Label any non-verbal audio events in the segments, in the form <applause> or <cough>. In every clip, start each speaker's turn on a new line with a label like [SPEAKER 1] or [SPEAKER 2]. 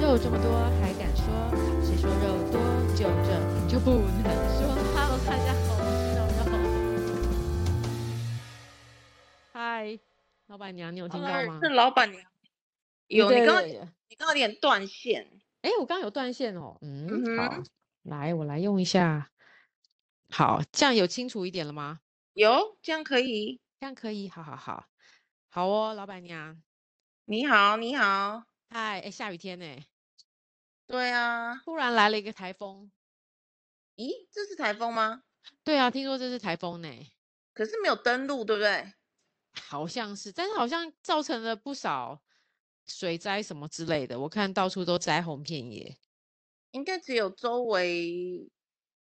[SPEAKER 1] 肉这么多还敢说？谁说肉多就这就不能说？Hello，大家好，我是肉肉。嗨，老板娘，你有听到吗？
[SPEAKER 2] 是老板娘。有，
[SPEAKER 1] 对
[SPEAKER 2] 你刚刚
[SPEAKER 1] 对对
[SPEAKER 2] 你刚刚有点断线。
[SPEAKER 1] 哎，我刚刚有断线哦。嗯，
[SPEAKER 2] 嗯
[SPEAKER 1] 好
[SPEAKER 2] 哼，
[SPEAKER 1] 来，我来用一下。好，这样有清楚一点了吗？
[SPEAKER 2] 有，这样可以。
[SPEAKER 1] 这样可以，好好好，好哦，老板娘。
[SPEAKER 2] 你好，你好。
[SPEAKER 1] 嗨，哎，下雨天呢，
[SPEAKER 2] 对啊。
[SPEAKER 1] 突然来了一个台风。
[SPEAKER 2] 咦，这是台风吗？
[SPEAKER 1] 对啊，听说这是台风呢，
[SPEAKER 2] 可是没有登陆，对不对？
[SPEAKER 1] 好像是，但是好像造成了不少水灾什么之类的，我看到处都灾鸿遍野，
[SPEAKER 2] 应该只有周围。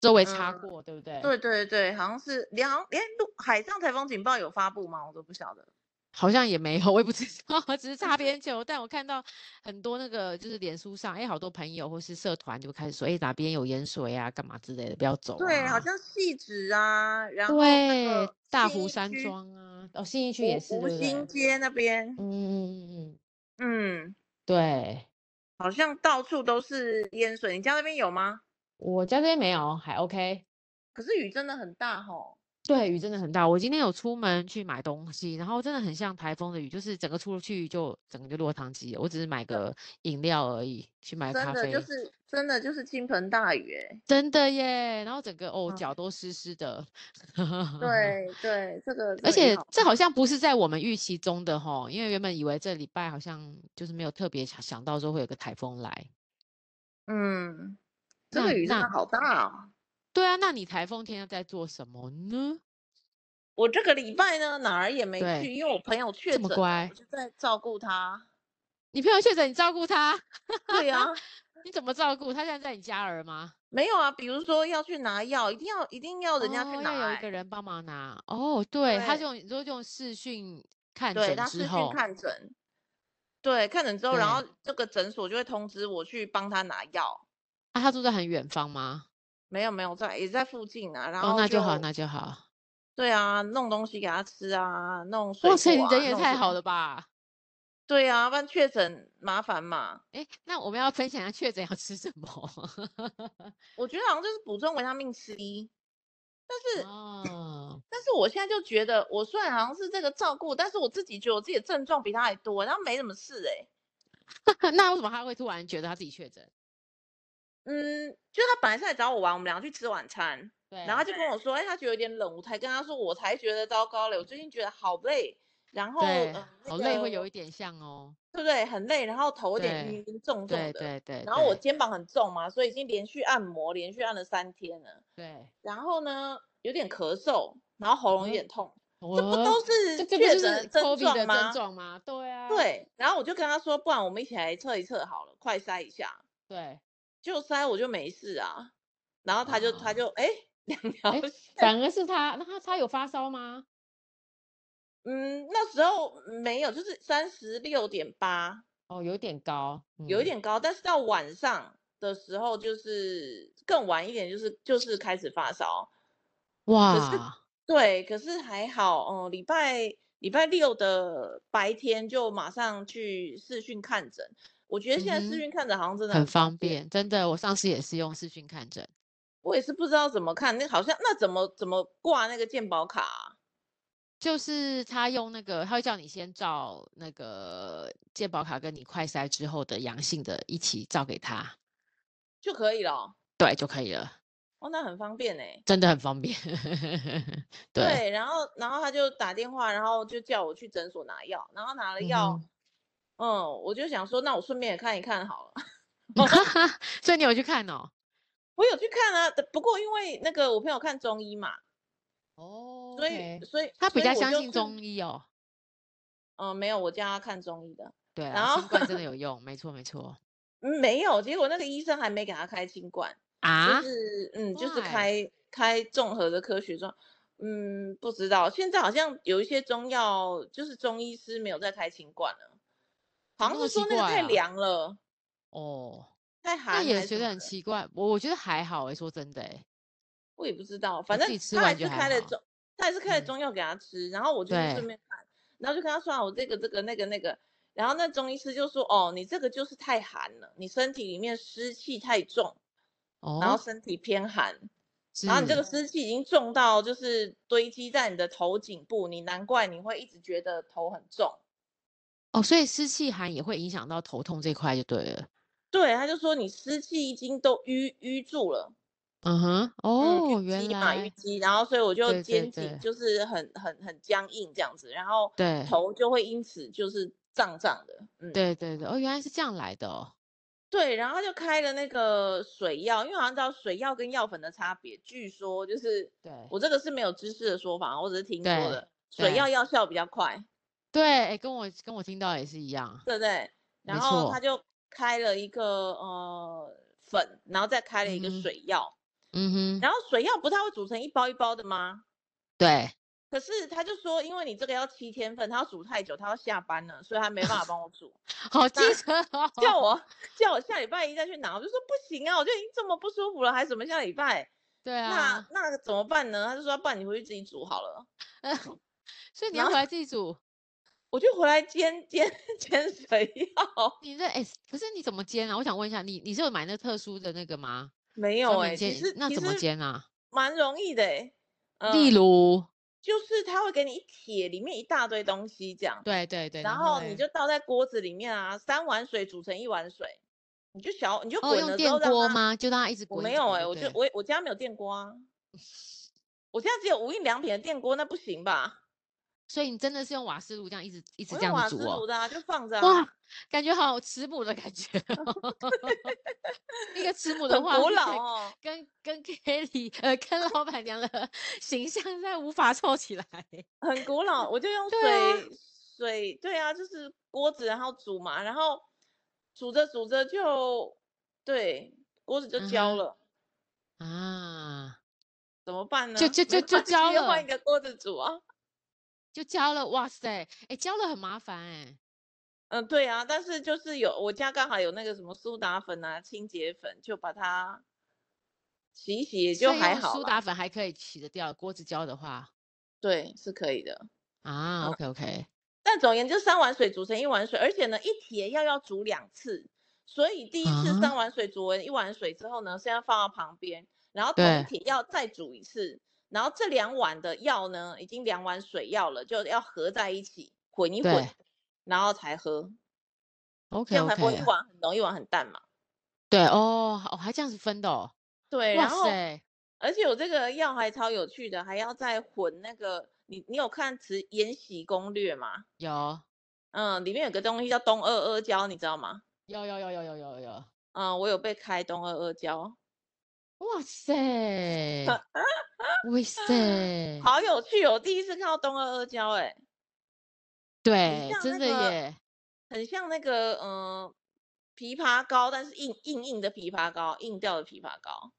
[SPEAKER 1] 周围擦
[SPEAKER 2] 嗯
[SPEAKER 1] 过，对不对？
[SPEAKER 2] 对对对，好像是连好像连陆海上台风警报有发布吗？我都不晓得。
[SPEAKER 1] <laughs> 好像也没有，我也不知道，只是擦边球。但我看到很多那个就是脸书上，哎，好多朋友或是社团就开始说，哎，哪边有盐水啊，干嘛之类的，不要走
[SPEAKER 2] 对，好
[SPEAKER 1] 啊。
[SPEAKER 2] 像细指啊，然后那
[SPEAKER 1] 对
[SPEAKER 2] 个，
[SPEAKER 1] 大
[SPEAKER 2] 信
[SPEAKER 1] 湖
[SPEAKER 2] 义
[SPEAKER 1] 山
[SPEAKER 2] 区
[SPEAKER 1] 庄啊，哦，信义区也
[SPEAKER 2] 湖
[SPEAKER 1] 是，
[SPEAKER 2] 湖
[SPEAKER 1] 对不对？
[SPEAKER 2] 新街那边，
[SPEAKER 1] 嗯嗯嗯嗯，
[SPEAKER 2] 嗯，
[SPEAKER 1] 对，
[SPEAKER 2] 好像到处都是淹水。你家那边有吗？
[SPEAKER 1] 我家这边没有，还 OK。
[SPEAKER 2] 可是雨真的很大吼。
[SPEAKER 1] 对，雨真的很大。我今天有出门去买东西，然后真的很像台风的雨，就是整个出去就整个就落汤鸡了。我只是买个饮料而已，去买个
[SPEAKER 2] 真
[SPEAKER 1] 咖
[SPEAKER 2] 的就
[SPEAKER 1] 啡，
[SPEAKER 2] 是真的就是倾盆大雨欸、
[SPEAKER 1] 真的耶。然后整个哦，
[SPEAKER 2] 嗯
[SPEAKER 1] 脚都湿湿的。 <laughs>
[SPEAKER 2] 对对，这个这
[SPEAKER 1] 嗯而
[SPEAKER 2] 个也
[SPEAKER 1] 且
[SPEAKER 2] 好
[SPEAKER 1] 这好像不是在我们预期中的吼，因为原本以为这礼拜好像就是没有特别想想到说会有个台风来。
[SPEAKER 2] 嗯，这
[SPEAKER 1] 那
[SPEAKER 2] 个雨真
[SPEAKER 1] 那
[SPEAKER 2] 的好大哦。
[SPEAKER 1] 对啊，那你台风天要在做什么呢？
[SPEAKER 2] 我这个礼拜呢哪儿也没
[SPEAKER 1] 对
[SPEAKER 2] 去，因为我朋友确
[SPEAKER 1] 这么
[SPEAKER 2] 诊了，
[SPEAKER 1] 乖
[SPEAKER 2] 我就在照顾
[SPEAKER 1] <laughs>
[SPEAKER 2] 他。
[SPEAKER 1] 你朋友确诊，你照顾他，
[SPEAKER 2] 对呀、
[SPEAKER 1] 你怎么照顾？他现在在你家儿吗？
[SPEAKER 2] 没有啊，比如说要去拿药，一定要一定要人家去
[SPEAKER 1] 哦，
[SPEAKER 2] 拿
[SPEAKER 1] 要有一
[SPEAKER 2] 欸、
[SPEAKER 1] 个人帮忙拿。哦，对，他
[SPEAKER 2] 对
[SPEAKER 1] 就你说就用视讯看
[SPEAKER 2] 对
[SPEAKER 1] 诊
[SPEAKER 2] 他
[SPEAKER 1] 之
[SPEAKER 2] 视讯
[SPEAKER 1] 后，
[SPEAKER 2] 看诊，对看诊之后，然
[SPEAKER 1] 对，
[SPEAKER 2] 后这个诊所就会通知我去帮他拿药。
[SPEAKER 1] 啊，他住在很远方吗？
[SPEAKER 2] 没有没有在也在附近啊，然
[SPEAKER 1] 哦，
[SPEAKER 2] 后
[SPEAKER 1] 那就
[SPEAKER 2] 就
[SPEAKER 1] 好，那就好。
[SPEAKER 2] 对啊，弄东西给他吃啊，弄
[SPEAKER 1] 哇
[SPEAKER 2] 水
[SPEAKER 1] 塞，
[SPEAKER 2] 果
[SPEAKER 1] 你人
[SPEAKER 2] 啊，
[SPEAKER 1] 也
[SPEAKER 2] 弄
[SPEAKER 1] 太
[SPEAKER 2] 什
[SPEAKER 1] 好
[SPEAKER 2] 么？
[SPEAKER 1] 了吧！
[SPEAKER 2] 对啊，不然确诊麻烦嘛。
[SPEAKER 1] 哎，那我们要分享一下确诊要吃什么？
[SPEAKER 2] 我觉得好像就是补充维他命 C，但 <laughs> 是
[SPEAKER 1] 哦， <laughs>
[SPEAKER 2] 但是我现在就觉得，我虽然好像是这个照顾，但是我自己觉得我自己的症状比他还多，然后没什么事哎、
[SPEAKER 1] 那为什么他会突然觉得他自己确诊？
[SPEAKER 2] 嗯，就他本来是来找我玩，我们两个去吃晚餐，然
[SPEAKER 1] 对
[SPEAKER 2] 后他就跟我说，哎，他觉得有点冷，我才跟他说，我才觉得糟糕嘞，我最近觉得好累，然后
[SPEAKER 1] 对，
[SPEAKER 2] 呃，那
[SPEAKER 1] 好累，会有
[SPEAKER 2] 个
[SPEAKER 1] 一点像哦。
[SPEAKER 2] 对不对，很累，然后头有点
[SPEAKER 1] 对，
[SPEAKER 2] 晕，重重
[SPEAKER 1] 对，
[SPEAKER 2] 的，
[SPEAKER 1] 对，对，
[SPEAKER 2] 然后我
[SPEAKER 1] 对，
[SPEAKER 2] 肩膀很重嘛，所以已经连续按摩，连续按了三天了，
[SPEAKER 1] 对，
[SPEAKER 2] 然后呢，有点咳嗽，然后喉咙有
[SPEAKER 1] 嗯，
[SPEAKER 2] 点痛，这不
[SPEAKER 1] 我
[SPEAKER 2] 都是
[SPEAKER 1] 哦这这不
[SPEAKER 2] 确
[SPEAKER 1] 就
[SPEAKER 2] 诊
[SPEAKER 1] 是
[SPEAKER 2] 的症
[SPEAKER 1] COVID
[SPEAKER 2] 状
[SPEAKER 1] 的症
[SPEAKER 2] 吗？
[SPEAKER 1] 状吗？对啊，
[SPEAKER 2] 对，然后我就跟他说，不然我们一起来测一测好了，快筛一下， <laughs>
[SPEAKER 1] 对
[SPEAKER 2] 就筛我就没事啊，然后他就他
[SPEAKER 1] 啊，
[SPEAKER 2] 就哎、两条
[SPEAKER 1] 哎，
[SPEAKER 2] 线，
[SPEAKER 1] 反而是他，那他他有发烧吗？
[SPEAKER 2] 嗯，那时候没有，就是三十六点八，
[SPEAKER 1] 哦，有点高，
[SPEAKER 2] 有一
[SPEAKER 1] 嗯，
[SPEAKER 2] 点高，但是到晚上的时候就是更晚一点，就是就是开始发烧，可是
[SPEAKER 1] 哇，
[SPEAKER 2] 对，可是还好，嗯、礼拜礼拜六的白天就马上去视讯看诊。我觉得
[SPEAKER 1] 嗯
[SPEAKER 2] 现在视
[SPEAKER 1] 哼，
[SPEAKER 2] 讯看诊好像真的
[SPEAKER 1] 很
[SPEAKER 2] 很方
[SPEAKER 1] 方
[SPEAKER 2] 便，
[SPEAKER 1] 便，真的，我上次也是用视讯看诊，
[SPEAKER 2] 我也是不知道怎么看，那好像那怎么怎么挂那个健保卡啊、
[SPEAKER 1] 就是他用那个，他会叫你先照那个健保卡跟你快筛之后的阳性的一起照给他，
[SPEAKER 2] 就可以了哦，
[SPEAKER 1] 对就可以了，
[SPEAKER 2] 哦那很方便哎。
[SPEAKER 1] 真的很方便， <laughs> 对，
[SPEAKER 2] 对，然后然后他就打电话，然后就叫我去诊所拿药，然后拿了
[SPEAKER 1] 嗯
[SPEAKER 2] 药，
[SPEAKER 1] 哼。
[SPEAKER 2] 嗯，我就想说，那我顺便也看一看好了。 <laughs> 哦
[SPEAKER 1] 哈哈， <laughs> 所以你有去看哦？
[SPEAKER 2] 我有去看啊，不过因为那个我朋友看中医嘛，
[SPEAKER 1] 哦
[SPEAKER 2] 所以
[SPEAKER 1] ，OK，
[SPEAKER 2] 所以
[SPEAKER 1] 他比
[SPEAKER 2] 所以
[SPEAKER 1] 较
[SPEAKER 2] 我
[SPEAKER 1] 相
[SPEAKER 2] 就
[SPEAKER 1] 信
[SPEAKER 2] 是
[SPEAKER 1] 中医哦。
[SPEAKER 2] 嗯、呃没有，我叫他看中医的，
[SPEAKER 1] 对
[SPEAKER 2] 然
[SPEAKER 1] 啊，
[SPEAKER 2] 后
[SPEAKER 1] 新冠真的有用，没错没
[SPEAKER 2] <laughs>
[SPEAKER 1] 错
[SPEAKER 2] 嗯没有，结果那个医生还没给他开新冠，就
[SPEAKER 1] 啊
[SPEAKER 2] 是嗯，就是
[SPEAKER 1] ，Why？
[SPEAKER 2] 开开综合的科学状，嗯，不知道，现在好像有一些中药，就是中医师没有再开新冠了，
[SPEAKER 1] 怎
[SPEAKER 2] 好
[SPEAKER 1] 么
[SPEAKER 2] 像
[SPEAKER 1] 那么
[SPEAKER 2] 是
[SPEAKER 1] 奇
[SPEAKER 2] 说那个
[SPEAKER 1] 怪
[SPEAKER 2] 太
[SPEAKER 1] 啊？
[SPEAKER 2] 凉了，
[SPEAKER 1] 哦，
[SPEAKER 2] 太
[SPEAKER 1] 那
[SPEAKER 2] 寒
[SPEAKER 1] 也
[SPEAKER 2] 还是
[SPEAKER 1] 觉
[SPEAKER 2] 什
[SPEAKER 1] 得
[SPEAKER 2] 么
[SPEAKER 1] 很
[SPEAKER 2] 的，
[SPEAKER 1] 奇怪，我我觉得还好诶，说真的欸诶，
[SPEAKER 2] 我也不知道，
[SPEAKER 1] 我
[SPEAKER 2] 反
[SPEAKER 1] 自
[SPEAKER 2] 正
[SPEAKER 1] 己吃
[SPEAKER 2] 他还
[SPEAKER 1] 完就是还
[SPEAKER 2] 开了
[SPEAKER 1] 好。
[SPEAKER 2] 中，他还是开了
[SPEAKER 1] 嗯，
[SPEAKER 2] 中药给他吃，然后我就是顺
[SPEAKER 1] 对，
[SPEAKER 2] 便看，然后就跟他说啊，我这个这个那个那个，然后那中医师就说：“哦，你这个就是太寒了，你身体里面湿气太重，然后
[SPEAKER 1] 哦，嗯
[SPEAKER 2] 身体偏寒，
[SPEAKER 1] 是
[SPEAKER 2] 然后你这个湿气已经重到就是堆积在你的头颈部，你难怪你会一直觉得头很重。”
[SPEAKER 1] 哦，所以湿气寒也会影响到头痛这块就对了。
[SPEAKER 2] 对，他就说你湿气已经都淤淤住了，
[SPEAKER 1] 嗯哼，
[SPEAKER 2] 嗯，
[SPEAKER 1] 哦，
[SPEAKER 2] 淤
[SPEAKER 1] 原
[SPEAKER 2] 积嘛，淤
[SPEAKER 1] 来
[SPEAKER 2] 积，然后所以我就
[SPEAKER 1] 对对
[SPEAKER 2] 肩颈
[SPEAKER 1] 对
[SPEAKER 2] 就是很很很僵硬这样子，然后
[SPEAKER 1] 对
[SPEAKER 2] 头就会因此就是胀胀的，嗯，
[SPEAKER 1] 对对对，哦，原来是这样来的哦。
[SPEAKER 2] 对，然后他就开了那个水药，因为好像知道水药跟药粉的差别，据说就是
[SPEAKER 1] 对
[SPEAKER 2] 我这个是没有知识的说法，我只是听说
[SPEAKER 1] 对
[SPEAKER 2] 的，水
[SPEAKER 1] 对
[SPEAKER 2] 药药效比较快，
[SPEAKER 1] 对，哎，跟我跟我听到也是一样，
[SPEAKER 2] 对不对？然
[SPEAKER 1] 没
[SPEAKER 2] 后他
[SPEAKER 1] 错。
[SPEAKER 2] 就开了一个呃粉，然后再开了
[SPEAKER 1] 嗯
[SPEAKER 2] 一个
[SPEAKER 1] 哼，
[SPEAKER 2] 水药，
[SPEAKER 1] 嗯哼，
[SPEAKER 2] 然后水药不太会煮成一包一包的吗？
[SPEAKER 1] 对，
[SPEAKER 2] 可是他就说，因为你这个要七天份，他要煮太久，他要下班了，所以他没办法帮我
[SPEAKER 1] <laughs>
[SPEAKER 2] 煮。
[SPEAKER 1] 好机
[SPEAKER 2] 那
[SPEAKER 1] 车
[SPEAKER 2] 叫
[SPEAKER 1] 哦。
[SPEAKER 2] 我叫我下礼拜一再去拿，我就说不行啊，我就已经这么不舒服了，还什么下礼拜？
[SPEAKER 1] 对
[SPEAKER 2] 那
[SPEAKER 1] 啊，
[SPEAKER 2] 那怎么办呢？他就说，不然你回去自己煮好了。
[SPEAKER 1] 呃，所以你要
[SPEAKER 2] 然
[SPEAKER 1] 回
[SPEAKER 2] 后
[SPEAKER 1] 来自己煮，
[SPEAKER 2] 我就回来煎煎煎水药， <laughs>
[SPEAKER 1] 你这哎，可是你怎么煎啊？我想问一下，你你是有买那特殊的那个吗？
[SPEAKER 2] 没有
[SPEAKER 1] 专
[SPEAKER 2] 哎、
[SPEAKER 1] 门
[SPEAKER 2] 其
[SPEAKER 1] 煎，
[SPEAKER 2] 实
[SPEAKER 1] 那
[SPEAKER 2] 其
[SPEAKER 1] 怎么
[SPEAKER 2] 实
[SPEAKER 1] 煎啊？
[SPEAKER 2] 蛮容易的哎、
[SPEAKER 1] 例
[SPEAKER 2] 嗯、
[SPEAKER 1] 如，
[SPEAKER 2] 就是他会给你一帖，里面一大堆东西这样。
[SPEAKER 1] 对对对，
[SPEAKER 2] 然
[SPEAKER 1] 然后
[SPEAKER 2] 后你
[SPEAKER 1] 嘞，
[SPEAKER 2] 就倒在锅子里面啊，三碗水煮成一碗水，你就小你就
[SPEAKER 1] 哦，
[SPEAKER 2] 滚
[SPEAKER 1] 用
[SPEAKER 2] 了之后
[SPEAKER 1] 电
[SPEAKER 2] 让
[SPEAKER 1] 锅
[SPEAKER 2] 它，
[SPEAKER 1] 吗？就让它一直
[SPEAKER 2] 我
[SPEAKER 1] 滚一
[SPEAKER 2] 没
[SPEAKER 1] 直
[SPEAKER 2] 有
[SPEAKER 1] 滚
[SPEAKER 2] 哎、
[SPEAKER 1] 就
[SPEAKER 2] 我
[SPEAKER 1] 对
[SPEAKER 2] 就
[SPEAKER 1] 了。
[SPEAKER 2] 我我家没有电锅啊，我家只有无印良品的电锅，那不行吧？
[SPEAKER 1] 所以你真的是用瓦斯炉这样一直一直
[SPEAKER 2] 我
[SPEAKER 1] 这
[SPEAKER 2] 用
[SPEAKER 1] 样子
[SPEAKER 2] 瓦
[SPEAKER 1] 煮
[SPEAKER 2] 斯
[SPEAKER 1] 哦，
[SPEAKER 2] 炉的啊，就放着啊，
[SPEAKER 1] 哇，感觉好慈母的感觉哦，一个慈母的
[SPEAKER 2] 很
[SPEAKER 1] 画
[SPEAKER 2] 古
[SPEAKER 1] 面，
[SPEAKER 2] 老哦。
[SPEAKER 1] 跟跟 Kelly 呃跟老板娘的形象在无法凑起来。
[SPEAKER 2] 很古
[SPEAKER 1] <laughs>
[SPEAKER 2] 老，我就用
[SPEAKER 1] 对啊，
[SPEAKER 2] 水水，对啊，就是锅子，然后煮嘛，然后煮着煮着就对锅子就
[SPEAKER 1] 嗯
[SPEAKER 2] 焦
[SPEAKER 1] 哼
[SPEAKER 2] 了，
[SPEAKER 1] 啊，
[SPEAKER 2] 怎么办
[SPEAKER 1] 就
[SPEAKER 2] 呢？
[SPEAKER 1] 就
[SPEAKER 2] 没
[SPEAKER 1] 就就
[SPEAKER 2] 关系， <laughs>
[SPEAKER 1] 焦
[SPEAKER 2] 又换一
[SPEAKER 1] 了，
[SPEAKER 2] 个锅子煮啊。
[SPEAKER 1] 就焦了，哇塞，哎，焦了很麻烦哎，
[SPEAKER 2] 嗯，对啊，但是就是有我家刚好有那个什么苏打粉啊、清洁粉，就把它洗一洗，也就
[SPEAKER 1] 所以
[SPEAKER 2] 还
[SPEAKER 1] 用
[SPEAKER 2] 好
[SPEAKER 1] 苏打
[SPEAKER 2] 啦。
[SPEAKER 1] 粉还可以洗得掉，锅子焦的话
[SPEAKER 2] 对，是可以的。
[SPEAKER 1] 啊
[SPEAKER 2] 嗯，
[SPEAKER 1] ，OK OK，
[SPEAKER 2] 但总而言之，三碗水煮成一碗水，而且呢，一铁要要煮两次，所以第一次
[SPEAKER 1] 啊，
[SPEAKER 2] 三碗水煮完一碗水之后呢，先要放到旁边，然后同一
[SPEAKER 1] 对，
[SPEAKER 2] 铁要再煮一次，然后这两碗的药呢，已经两碗水药了，就要合在一起混一混，
[SPEAKER 1] 对
[SPEAKER 2] 然后才喝，这
[SPEAKER 1] ，OK
[SPEAKER 2] 样才不会
[SPEAKER 1] OK
[SPEAKER 2] 一
[SPEAKER 1] 啊，
[SPEAKER 2] 碗很浓，一碗很淡嘛。
[SPEAKER 1] 对哦，哦还这样子分的哦，
[SPEAKER 2] 对，
[SPEAKER 1] 哇
[SPEAKER 2] 然后。
[SPEAKER 1] 塞，
[SPEAKER 2] 而且我这个药还超有趣的，还要再混那个，你你有看《慈延禧攻略》吗？
[SPEAKER 1] 有
[SPEAKER 2] 嗯，里面有个东西叫东阿阿胶，你知道吗？
[SPEAKER 1] 有有有有有有有，
[SPEAKER 2] 嗯，我有被开东阿阿胶，
[SPEAKER 1] 哇塞，哇塞，
[SPEAKER 2] 好有趣哦！第一次看到东阿阿胶，哎，很
[SPEAKER 1] 对，
[SPEAKER 2] 像
[SPEAKER 1] 真
[SPEAKER 2] 那
[SPEAKER 1] 的
[SPEAKER 2] 个，
[SPEAKER 1] 耶，
[SPEAKER 2] 很像那个，嗯、枇杷膏，但是硬硬硬的枇杷膏，硬掉的枇杷膏，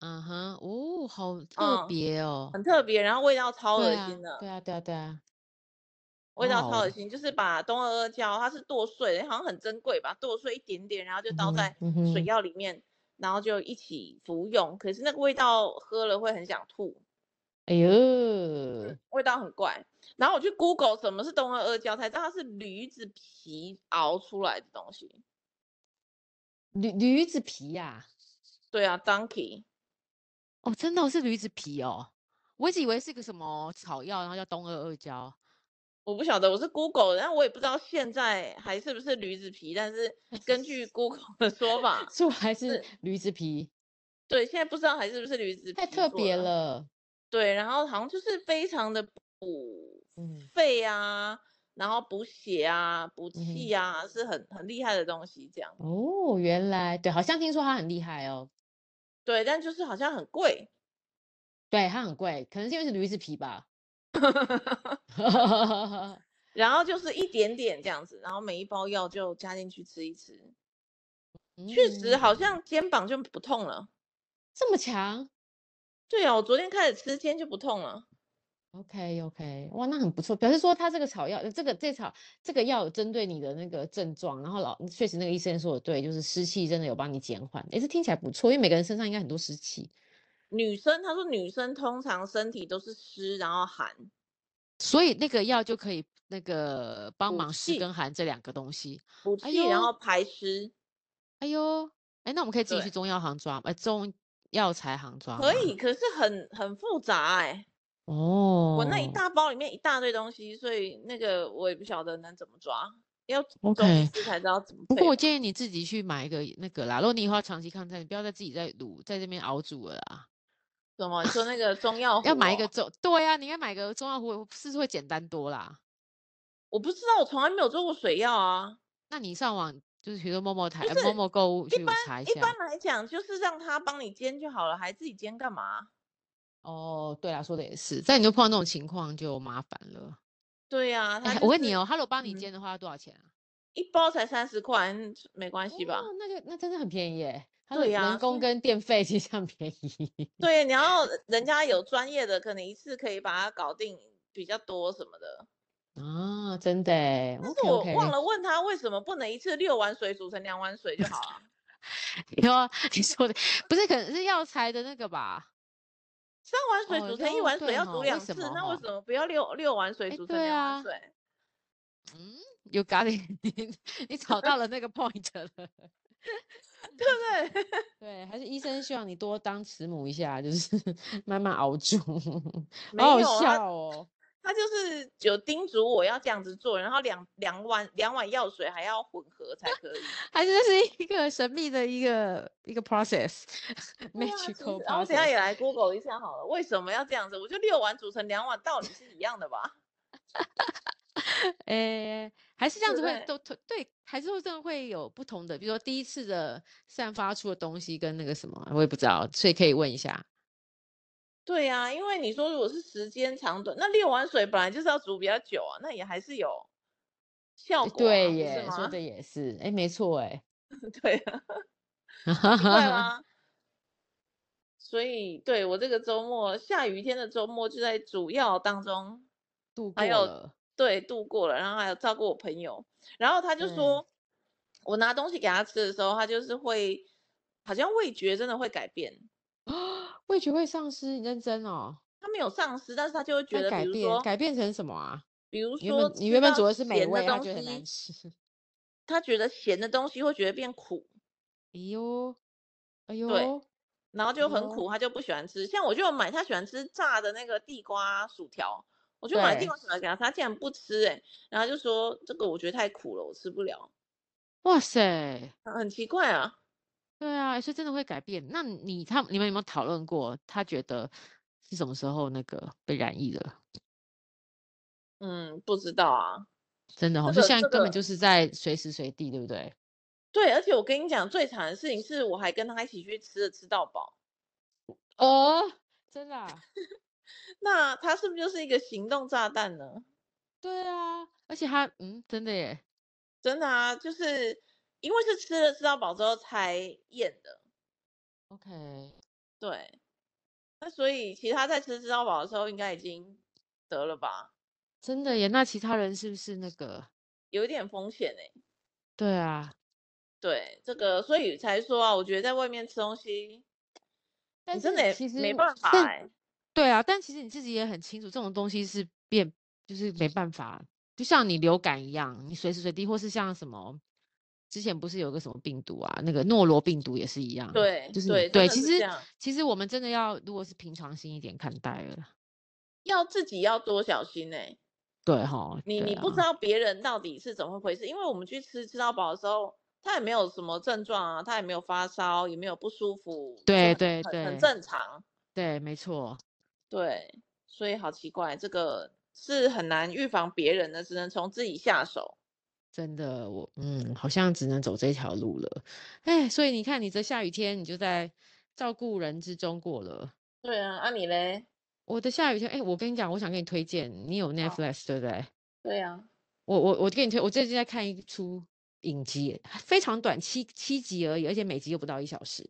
[SPEAKER 1] 嗯哼，哦，好特
[SPEAKER 2] 嗯，
[SPEAKER 1] 别哦，
[SPEAKER 2] 很特别，然后味道超
[SPEAKER 1] 对
[SPEAKER 2] 恶
[SPEAKER 1] 啊，
[SPEAKER 2] 心的。
[SPEAKER 1] 对啊，对啊，对啊，
[SPEAKER 2] 味
[SPEAKER 1] 哇
[SPEAKER 2] 道超恶
[SPEAKER 1] 哦，
[SPEAKER 2] 心，就是把东阿阿胶，它是剁碎的，好像很珍贵吧，剁碎一点点，然后就
[SPEAKER 1] 嗯
[SPEAKER 2] 倒
[SPEAKER 1] 哼，
[SPEAKER 2] 在
[SPEAKER 1] 嗯
[SPEAKER 2] 水
[SPEAKER 1] 哼，
[SPEAKER 2] 药里面，然后就一起服用。可是那个味道喝了会很想吐，
[SPEAKER 1] 哎呦，
[SPEAKER 2] 味道很怪。然后我去 Google 什么是东阿阿胶，才知道它是驴子皮熬出来的东西。
[SPEAKER 1] 驴驴子皮呀、
[SPEAKER 2] 对啊，donkey，
[SPEAKER 1] 哦，真的哦、是驴子皮哦，我一直以为是个什么草药，然后叫东阿阿胶，
[SPEAKER 2] 我不晓得，我是 Google，但我也不知道现在还是不是驴子皮，但是根据 Google 的说法
[SPEAKER 1] 所以还 <laughs> 是
[SPEAKER 2] 是，
[SPEAKER 1] 驴子皮，
[SPEAKER 2] 对，现在不知道还是不是驴子
[SPEAKER 1] 太
[SPEAKER 2] 皮
[SPEAKER 1] 特
[SPEAKER 2] 做
[SPEAKER 1] 别
[SPEAKER 2] 的。
[SPEAKER 1] 了，
[SPEAKER 2] 对，然后好像就是非常的补
[SPEAKER 1] 嗯
[SPEAKER 2] 肺啊，然后补血啊，补
[SPEAKER 1] 嗯
[SPEAKER 2] 气
[SPEAKER 1] 哼，
[SPEAKER 2] 啊，是很很厉害的东西。这样
[SPEAKER 1] 哦，原来对，好像听说它很厉害哦，
[SPEAKER 2] 对，但就是好像很贵，
[SPEAKER 1] 对，它很贵，可能是因为是驴子皮吧。 <laughs>
[SPEAKER 2] 然后就是一点点这样子，然后每一包药就加进去吃一吃， <laughs> 确实好
[SPEAKER 1] 嗯，
[SPEAKER 2] 像肩膀就不痛了。
[SPEAKER 1] 这么强
[SPEAKER 2] 对啊，我昨天开始吃，今天就不痛了。
[SPEAKER 1] ？OK OK，哇，那很不错，表示说他这个草药，呃这个这草这个药有针对你的那个症状，然后老确实那个医生说的对，就是湿气真的有帮你减缓，诶，这听起来不错，因为每个人身上应该很多湿气，
[SPEAKER 2] 女生她说女生通常身体都是湿，然后寒，
[SPEAKER 1] 所以那个药就可以那个帮
[SPEAKER 2] 补
[SPEAKER 1] 忙湿
[SPEAKER 2] 气
[SPEAKER 1] 跟寒这两个东西。
[SPEAKER 2] 补
[SPEAKER 1] 哎
[SPEAKER 2] 气，然
[SPEAKER 1] 呦
[SPEAKER 2] 后排湿，
[SPEAKER 1] 哎呦，哎，那我们可以自己去
[SPEAKER 2] 对
[SPEAKER 1] 中药行抓吗，呃，中药材行抓
[SPEAKER 2] 可
[SPEAKER 1] 吗
[SPEAKER 2] 以，可是很很复杂哎、
[SPEAKER 1] 哦。
[SPEAKER 2] 我那一大包里面一大堆东西，所以那个我也不晓得能怎么抓，要中医
[SPEAKER 1] OK
[SPEAKER 2] 师才知道怎么
[SPEAKER 1] 不
[SPEAKER 2] 配
[SPEAKER 1] 过我
[SPEAKER 2] 合。
[SPEAKER 1] 建议你自己去买一个那个啦，如果你以后要长期抗战，你不要再自己再卤，在这边熬煮了啦。
[SPEAKER 2] 怎么说那个中药
[SPEAKER 1] 要
[SPEAKER 2] 壶
[SPEAKER 1] 买一个
[SPEAKER 2] 哦
[SPEAKER 1] 中，对呀、你应该买个中药壶，是不是会简单多啦？
[SPEAKER 2] 我不知道，我从来没有做过水药啊。
[SPEAKER 1] 那你上网就是比如说某某台、
[SPEAKER 2] 不
[SPEAKER 1] 呃
[SPEAKER 2] 是
[SPEAKER 1] 某某购物
[SPEAKER 2] 一
[SPEAKER 1] 去
[SPEAKER 2] 般
[SPEAKER 1] 查一
[SPEAKER 2] 一般
[SPEAKER 1] 下。
[SPEAKER 2] 来讲，就是让他帮你煎就好了，还自己煎干嘛？
[SPEAKER 1] 哦，对啦，说的也是，但你就碰到那种情况就麻烦了。
[SPEAKER 2] 对
[SPEAKER 1] 哎
[SPEAKER 2] 呀、他，
[SPEAKER 1] 我
[SPEAKER 2] 啊就
[SPEAKER 1] 问你
[SPEAKER 2] 是
[SPEAKER 1] 哦，他如果帮你
[SPEAKER 2] 嗯
[SPEAKER 1] 煎的话，要多少钱啊？
[SPEAKER 2] 一包才三十块，嗯没关
[SPEAKER 1] 哦，
[SPEAKER 2] 系吧？
[SPEAKER 1] 那就那真的很便宜耶。他的
[SPEAKER 2] 对呀、
[SPEAKER 1] 人
[SPEAKER 2] 所
[SPEAKER 1] 工
[SPEAKER 2] 以
[SPEAKER 1] 跟电费其实很便宜。
[SPEAKER 2] 对，你要人家有专业的，可能一次可以把它搞定比较多什么的。
[SPEAKER 1] 啊，真的耶
[SPEAKER 2] 但是
[SPEAKER 1] ，OK
[SPEAKER 2] 我忘
[SPEAKER 1] OK， <laughs>
[SPEAKER 2] 了问他为什么不能一次六碗水煮成两碗水就好
[SPEAKER 1] <laughs>
[SPEAKER 2] 啊了、
[SPEAKER 1] 然后啊你说的不是，可能是药材的那个吧？
[SPEAKER 2] 三碗水
[SPEAKER 1] 哦，
[SPEAKER 2] 煮成一
[SPEAKER 1] 六
[SPEAKER 2] 碗水
[SPEAKER 1] 对
[SPEAKER 2] 要煮
[SPEAKER 1] 哈，为
[SPEAKER 2] 两
[SPEAKER 1] 什
[SPEAKER 2] 次，
[SPEAKER 1] 么
[SPEAKER 2] 那为
[SPEAKER 1] 哈？
[SPEAKER 2] 什么不要六六碗水
[SPEAKER 1] 哎，
[SPEAKER 2] 煮成
[SPEAKER 1] 对
[SPEAKER 2] 两碗
[SPEAKER 1] 啊，
[SPEAKER 2] 水？ <laughs>
[SPEAKER 1] 嗯，有 got it，你你找到了那个 point 了。
[SPEAKER 2] 对不对？
[SPEAKER 1] 对，还是医生希望你多当慈母一下，就是 <laughs> 慢慢熬煮，好
[SPEAKER 2] 没
[SPEAKER 1] 好
[SPEAKER 2] 有啊他，
[SPEAKER 1] 笑哦。 <laughs>
[SPEAKER 2] 他就是有叮嘱我要这样子做，然后两两碗两碗药水还要混合才可以。
[SPEAKER 1] 还是这是一个神秘的一个一个
[SPEAKER 2] 对啊，其实
[SPEAKER 1] process，magical
[SPEAKER 2] 然后等一下
[SPEAKER 1] process。
[SPEAKER 2] 也来 Google 一下好了，为什么要这样子？我就六碗煮成两碗，道理是一样的吧？
[SPEAKER 1] 诶，还是这样子
[SPEAKER 2] 对不
[SPEAKER 1] 会
[SPEAKER 2] 对？
[SPEAKER 1] 都对，对还是会真的会有不同的，比如说第一次的散发出的东西跟那个什么，我也不知道，所以可以问一下。
[SPEAKER 2] 对呀、因为你说如果是时间长短，那六碗水本来就是要煮比较久啊，那也还是有效
[SPEAKER 1] 诶
[SPEAKER 2] 果啊，
[SPEAKER 1] 对
[SPEAKER 2] 不是
[SPEAKER 1] 耶，说
[SPEAKER 2] 吗？
[SPEAKER 1] 的也是，哎，没错，哎，
[SPEAKER 2] <laughs> 对啊，奇 <laughs> 怪啦。所以对我这个周末下雨天的周末就在主要当中，
[SPEAKER 1] <laughs> 度
[SPEAKER 2] 还
[SPEAKER 1] 过
[SPEAKER 2] 有
[SPEAKER 1] 了， <gasps>
[SPEAKER 2] 对度过了，然后还有照顾我朋友，然后他就
[SPEAKER 1] 对，
[SPEAKER 2] 说，我拿东西给他吃的时候，他就是会好像味觉真的会改变，
[SPEAKER 1] 味觉会丧失，你认真哦，
[SPEAKER 2] 他没有丧失，但是他就会觉
[SPEAKER 1] 会
[SPEAKER 2] 得，比
[SPEAKER 1] 改
[SPEAKER 2] 如
[SPEAKER 1] 变，
[SPEAKER 2] 说
[SPEAKER 1] 改变成什么啊？
[SPEAKER 2] 比如
[SPEAKER 1] 你原
[SPEAKER 2] 说
[SPEAKER 1] 本你
[SPEAKER 2] 吃
[SPEAKER 1] 原本
[SPEAKER 2] 到
[SPEAKER 1] 煮的是美
[SPEAKER 2] 咸的
[SPEAKER 1] 味，他
[SPEAKER 2] 东
[SPEAKER 1] 觉得很难
[SPEAKER 2] 西，
[SPEAKER 1] 吃。 <laughs>
[SPEAKER 2] 他觉得咸的东西会觉得变苦，
[SPEAKER 1] 哎呦，哎
[SPEAKER 2] 对，
[SPEAKER 1] 呦，
[SPEAKER 2] 然
[SPEAKER 1] 哎
[SPEAKER 2] 后就很
[SPEAKER 1] 呦，
[SPEAKER 2] 苦，他就不喜欢吃。像我就有买他喜欢吃炸的那个地瓜薯条，我就买地
[SPEAKER 1] 对，
[SPEAKER 2] 瓜薯条给他，他竟然不吃哎、然后就说这个我觉得太苦了，我吃不了，
[SPEAKER 1] 哇塞，
[SPEAKER 2] 啊很奇怪啊。
[SPEAKER 1] 对啊，所以真的会改变。那你他你们有没有讨论过？他觉得是什么时候那个被染疫的？
[SPEAKER 2] 嗯，不知道啊，
[SPEAKER 1] 真的哦，所
[SPEAKER 2] 这
[SPEAKER 1] 以
[SPEAKER 2] 个
[SPEAKER 1] 现在
[SPEAKER 2] 这
[SPEAKER 1] 根本就
[SPEAKER 2] 个
[SPEAKER 1] 是在随时随地，对不对？
[SPEAKER 2] 对，而且我跟你讲，最惨的事情是我还跟他一起去吃了吃到饱，
[SPEAKER 1] 哦，真的啊
[SPEAKER 2] 那他是不是就是一个行动炸弹呢？
[SPEAKER 1] 对啊，而且他嗯，真的耶，
[SPEAKER 2] 真的啊，就是因为是吃了吃到饱之后才验的，
[SPEAKER 1] OK，
[SPEAKER 2] 对。那所以其实他在吃吃到饱的时候，应该已经得了吧？
[SPEAKER 1] 真的耶。那其他人是不是那个？
[SPEAKER 2] 有一点风险哎、
[SPEAKER 1] 对啊，
[SPEAKER 2] 对，这个所以才说啊，我觉得在外面吃东西，
[SPEAKER 1] 但
[SPEAKER 2] 你真
[SPEAKER 1] 是
[SPEAKER 2] 的也
[SPEAKER 1] 其实
[SPEAKER 2] 没
[SPEAKER 1] 我
[SPEAKER 2] 办法
[SPEAKER 1] 但
[SPEAKER 2] 哎、
[SPEAKER 1] 对啊，但其实你自己也很清楚，这种东西是变，就是没办法，就像你流感一样，你随时随地，或是像什么，之前不是有个什么病毒啊，那个诺罗病毒也是一样，
[SPEAKER 2] 对
[SPEAKER 1] 就是你
[SPEAKER 2] 对，真
[SPEAKER 1] 对，
[SPEAKER 2] 的
[SPEAKER 1] 其
[SPEAKER 2] 是这
[SPEAKER 1] 实
[SPEAKER 2] 样，
[SPEAKER 1] 其实我们真的要，如果是平常心一点看待了，
[SPEAKER 2] 要自己要多小心哎、
[SPEAKER 1] 对哈，
[SPEAKER 2] 你
[SPEAKER 1] 对
[SPEAKER 2] 你不知
[SPEAKER 1] 啊，
[SPEAKER 2] 道别人到底是怎么回事，因为我们去吃吃到饱的时候，他也没有什么症状啊，他也没有发烧，也没有不舒服，就
[SPEAKER 1] 对
[SPEAKER 2] 很
[SPEAKER 1] 对
[SPEAKER 2] 很很
[SPEAKER 1] 对
[SPEAKER 2] 正常。
[SPEAKER 1] 对，没错，
[SPEAKER 2] 对，所以好奇怪，这个是很难预防别人的，只能从自己下手。
[SPEAKER 1] 真的，我嗯，好像只能走这条路了，哎，所以你看，你这下雨天，你就在照顾人之中过了。
[SPEAKER 2] 对啊，啊你嘞？
[SPEAKER 1] 我的下雨天，哎、我跟你讲，我想给你推荐，你有
[SPEAKER 2] 好，
[SPEAKER 1] Netflix 对不对？
[SPEAKER 2] 对啊，
[SPEAKER 1] 我我我给你推，我最近在看一出影集，非常短，七七集而已，而且每集又不到一小时，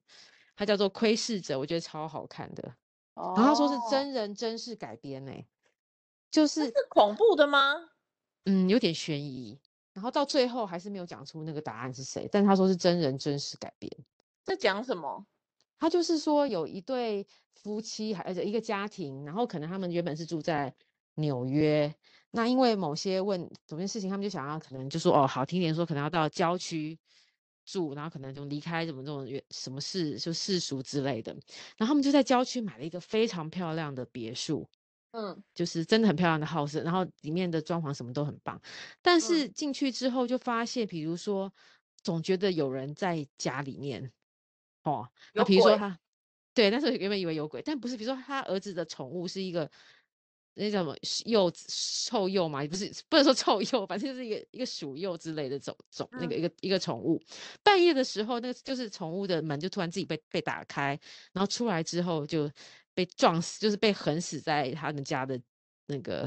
[SPEAKER 1] 它叫做《窥视者》，我觉得超好看的。然后他说是
[SPEAKER 2] 哦，
[SPEAKER 1] 真人真事改编呢、就
[SPEAKER 2] 那
[SPEAKER 1] 是
[SPEAKER 2] 是恐怖的吗？
[SPEAKER 1] 嗯有点悬疑，然后到最后还是没有讲出那个答案是谁，但他说是真人真事改编。
[SPEAKER 2] 在讲什么？
[SPEAKER 1] 他就是说有一呃对夫妻，还而且一个家庭，然后可能他们原本是住在纽约，那因为某些问某些事情，他们就想要可能就说哦，好听点说，可能要到郊区住，然后可能就离开什么这种远什么市就世俗之类的。然后他们就在郊区买了一个非常漂亮的别墅，
[SPEAKER 2] 嗯，
[SPEAKER 1] 就是真的很漂亮的 house，然后里面的装潢什么都很棒。但是进去之后就发现，比如说总觉得有人在家里面哦，那
[SPEAKER 2] 有
[SPEAKER 1] 比如说
[SPEAKER 2] 鬼
[SPEAKER 1] 他对，但是原本以为有鬼，但不是。比如说他儿子的宠物是一个。那叫什么幼子臭鼬嘛，也不是不能说臭鼬，反正就是一个一个鼠鼬之类的种种那个
[SPEAKER 2] 嗯
[SPEAKER 1] 一个一个宠物。半夜的时候，那个就是宠物的门就突然自己被被打开，然后出来之后就被撞死，就是被横死在他们家的那个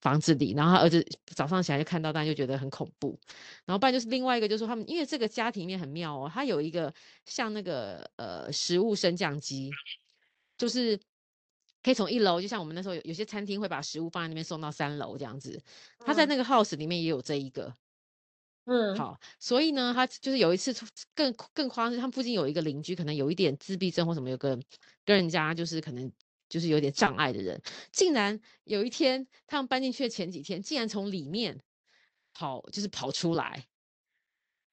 [SPEAKER 1] 房子里。然后他儿子早上起来就看到，但就觉得很恐怖。然后不然就是另外一个，就是说他们因为这个家庭里面很妙哦，它有一个像那个呃食物升降机，就是。可以从一楼，就像我们那时候有有些餐厅会把食物放在那边送到三楼这样子，他在
[SPEAKER 2] 嗯
[SPEAKER 1] 那个 house 里面也有这一个，
[SPEAKER 2] 嗯，
[SPEAKER 1] 好，所以呢，他就是有一次出更更夸张，是他们附近有一个邻居，可能有一点自闭症或什么，有个跟人家就是可能就是有点障碍的人，竟然有一天他们搬进去的前几天，竟然从里面跑，就是跑出来，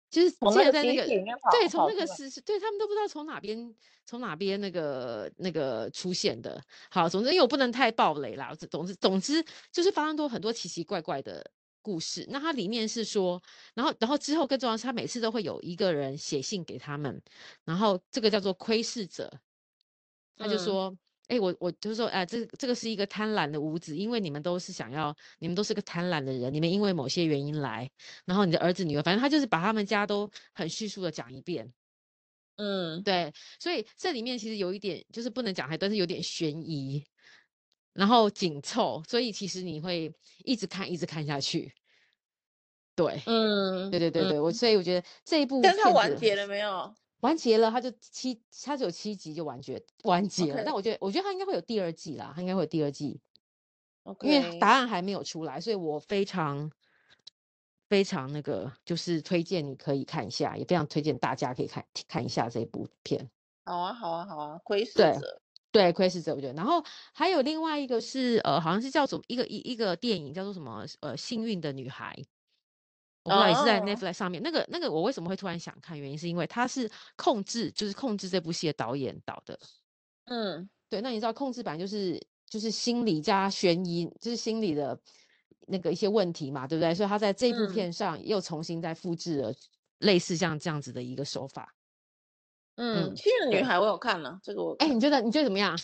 [SPEAKER 1] 就是
[SPEAKER 2] 从
[SPEAKER 1] 竟
[SPEAKER 2] 那
[SPEAKER 1] 然
[SPEAKER 2] 个
[SPEAKER 1] 在那
[SPEAKER 2] 集
[SPEAKER 1] 个
[SPEAKER 2] 体里面
[SPEAKER 1] 对
[SPEAKER 2] 跑
[SPEAKER 1] 从
[SPEAKER 2] 跑
[SPEAKER 1] 那个
[SPEAKER 2] 出来
[SPEAKER 1] 是是对他们都不知道从哪边从哪边那个那个出现的。好，总之因为我不能太暴雷啦，总总之总之就是发生多很多奇奇怪怪的。故事，那它里面是说，然后，然后之后更重要的是，他每次都会有一个人写信给他们，然后这个叫做窥视者，他就
[SPEAKER 2] 嗯
[SPEAKER 1] 说，哎、我我就说，哎、这这个是一个贪婪的无子，因为你们都是想要，你们都是个贪婪的人，你们因为某些原因来，然后你的儿子女儿，反正他就是把他们家都很叙述的讲一遍，
[SPEAKER 2] 嗯
[SPEAKER 1] 对，所以这里面其实有一点就是不能讲太多，但是有点悬疑，然后紧凑，所以其实你会一直看，一直看下去，对。
[SPEAKER 2] 嗯，
[SPEAKER 1] 对对对
[SPEAKER 2] 嗯，
[SPEAKER 1] 对，我所以我觉得这一部
[SPEAKER 2] 但是它
[SPEAKER 1] 片
[SPEAKER 2] 完
[SPEAKER 1] 子
[SPEAKER 2] 结了没有？
[SPEAKER 1] 完结了，它就七，它只有七集就完结完结了。
[SPEAKER 2] OK
[SPEAKER 1] 但我觉得，我觉得它应该会有第二季啦，它应该会有第二季，因为
[SPEAKER 2] OK，
[SPEAKER 1] 答案还没有出来，所以我非常非常那个，就是推荐你可以看一下，也非常推荐大家可以看看一下这部片。
[SPEAKER 2] 好啊好啊好啊，窥视
[SPEAKER 1] 对
[SPEAKER 2] 者，
[SPEAKER 1] 对，窥视者我觉得，然后还有另外一个是呃，好像是叫做一个一一个电影叫做什么呃，幸运的女孩，我不知道也是在
[SPEAKER 2] 哦
[SPEAKER 1] Netflix 上面。那个那个我为什么会突然想看，原因是因为他是控制，就是控制这部戏的导演导的。
[SPEAKER 2] 嗯
[SPEAKER 1] 对，那你知道控制版就是就是心理加悬疑，就是心理的那个一些问题嘛，对不对？所以他在这部
[SPEAKER 2] 嗯
[SPEAKER 1] 片上又重新再复制了类似像这样子的一个手法。
[SPEAKER 2] 嗯，
[SPEAKER 1] 嗯，
[SPEAKER 2] 幸运的女
[SPEAKER 1] 对。
[SPEAKER 2] 孩我有看了，这个我有
[SPEAKER 1] 哎，
[SPEAKER 2] 看，
[SPEAKER 1] 你觉得你觉得怎么样？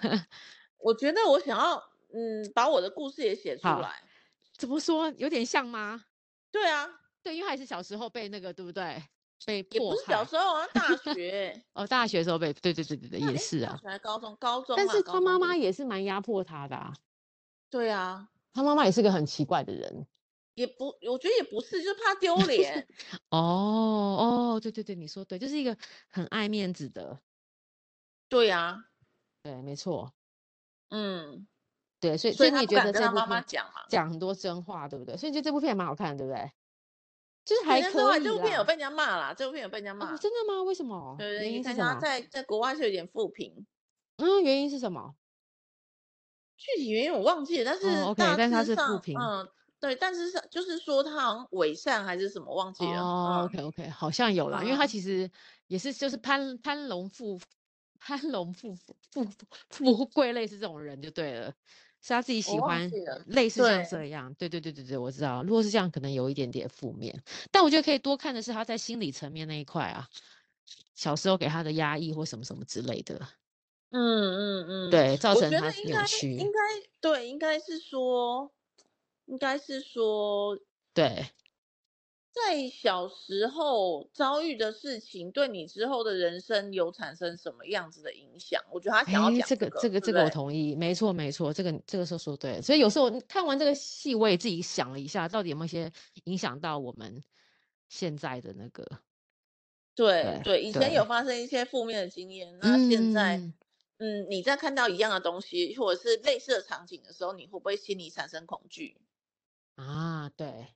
[SPEAKER 1] <laughs>
[SPEAKER 2] 我觉得我想要嗯把我的故事也写出
[SPEAKER 1] 好，
[SPEAKER 2] 来，
[SPEAKER 1] 怎么说？有点像吗？
[SPEAKER 2] 对啊，
[SPEAKER 1] 对，因为他也是小时候被那个，对不对？被
[SPEAKER 2] 也
[SPEAKER 1] 迫
[SPEAKER 2] 不是小
[SPEAKER 1] 害。
[SPEAKER 2] 时候啊，大学，
[SPEAKER 1] 哦，大学的时候被，对对对对对，
[SPEAKER 2] 大
[SPEAKER 1] 也
[SPEAKER 2] 哎
[SPEAKER 1] 是
[SPEAKER 2] 大
[SPEAKER 1] 啊。
[SPEAKER 2] 学还是高中，高中
[SPEAKER 1] 但
[SPEAKER 2] 啦，
[SPEAKER 1] 是
[SPEAKER 2] 高
[SPEAKER 1] 他
[SPEAKER 2] 中
[SPEAKER 1] 妈
[SPEAKER 2] 故
[SPEAKER 1] 妈
[SPEAKER 2] 事，
[SPEAKER 1] 也是蛮压迫他的啊，
[SPEAKER 2] 对啊，
[SPEAKER 1] 他妈妈也是个很奇怪的人。
[SPEAKER 2] 也不，我觉得也不是，就是怕
[SPEAKER 1] <laughs>
[SPEAKER 2] 丢脸，
[SPEAKER 1] 哦哦，对对对，你说对，就是一个很爱面子的，
[SPEAKER 2] 对啊，
[SPEAKER 1] 对，没错，
[SPEAKER 2] 嗯，
[SPEAKER 1] 对，所以所
[SPEAKER 2] 所以
[SPEAKER 1] 以你也
[SPEAKER 2] 他不
[SPEAKER 1] 觉
[SPEAKER 2] 敢
[SPEAKER 1] 得
[SPEAKER 2] 跟
[SPEAKER 1] 这
[SPEAKER 2] 他
[SPEAKER 1] 部
[SPEAKER 2] 妈妈
[SPEAKER 1] 片
[SPEAKER 2] 讲嘛，
[SPEAKER 1] 讲很多真话，对不对？所以你觉得这部片蛮好看的，对不对？就是
[SPEAKER 2] 对，
[SPEAKER 1] 还
[SPEAKER 2] 但是后
[SPEAKER 1] 可
[SPEAKER 2] 来这
[SPEAKER 1] 以
[SPEAKER 2] 部片有
[SPEAKER 1] 啦。
[SPEAKER 2] 被人家骂啦，这部片有被人家
[SPEAKER 1] 啊哦，
[SPEAKER 2] 骂，
[SPEAKER 1] 真的吗？为什么？
[SPEAKER 2] 对对，
[SPEAKER 1] 原因
[SPEAKER 2] 你
[SPEAKER 1] 是
[SPEAKER 2] 看
[SPEAKER 1] 什
[SPEAKER 2] 他
[SPEAKER 1] 么？
[SPEAKER 2] 在在国外是有点负评，
[SPEAKER 1] 嗯，原因是什么？
[SPEAKER 2] 具体原因我忘记了，但
[SPEAKER 1] 哦
[SPEAKER 2] 是
[SPEAKER 1] ，OK，
[SPEAKER 2] 大
[SPEAKER 1] 但是他
[SPEAKER 2] 致
[SPEAKER 1] 是负
[SPEAKER 2] 上，
[SPEAKER 1] 评。
[SPEAKER 2] 嗯，对，但是上就是说他好像伪善还是什么，忘记了，
[SPEAKER 1] 哦
[SPEAKER 2] 嗯
[SPEAKER 1] ，OK OK，好像有啦，因为他
[SPEAKER 2] 嗯，
[SPEAKER 1] 其实也是就是攀攀龙附 <laughs> 攀龙附富富贵类似这种人就对了，是他自己
[SPEAKER 2] 我
[SPEAKER 1] 喜
[SPEAKER 2] 忘
[SPEAKER 1] 欢
[SPEAKER 2] 记了，
[SPEAKER 1] 类似像
[SPEAKER 2] 哦啊对，
[SPEAKER 1] 这样，对对对对对，我知道，如果是这样，可能有一点点负面，但我觉得可以多看的是他在心理层面那一块啊，小时候给他的压抑或什么什么之类的，
[SPEAKER 2] 嗯嗯嗯，
[SPEAKER 1] 对，造
[SPEAKER 2] 我
[SPEAKER 1] 成
[SPEAKER 2] 觉
[SPEAKER 1] 他
[SPEAKER 2] 得应
[SPEAKER 1] 扭
[SPEAKER 2] 该
[SPEAKER 1] 曲，
[SPEAKER 2] 应该对，应该是说，应该是说，
[SPEAKER 1] 对，
[SPEAKER 2] 在小时候遭遇的事情，对你之后的人生有产生什么样子的影响？我觉得他想要
[SPEAKER 1] 哎，
[SPEAKER 2] 讲
[SPEAKER 1] 这
[SPEAKER 2] 这
[SPEAKER 1] 个这个
[SPEAKER 2] 个，对不
[SPEAKER 1] 这个我
[SPEAKER 2] 对？
[SPEAKER 1] 同意，没错没错，这个这个说说对了。所以有时候看完这个戏，我也自己想了一下，到底有没有一些影响到我们现在的那个？
[SPEAKER 2] 对
[SPEAKER 1] 对
[SPEAKER 2] 对，以前有
[SPEAKER 1] 对，
[SPEAKER 2] 发生一些负面的经验，那现在，
[SPEAKER 1] 嗯，
[SPEAKER 2] 嗯，你在看到一样的东西或者是类似的场景的时候，你会不会心里产生恐惧？
[SPEAKER 1] 啊，对，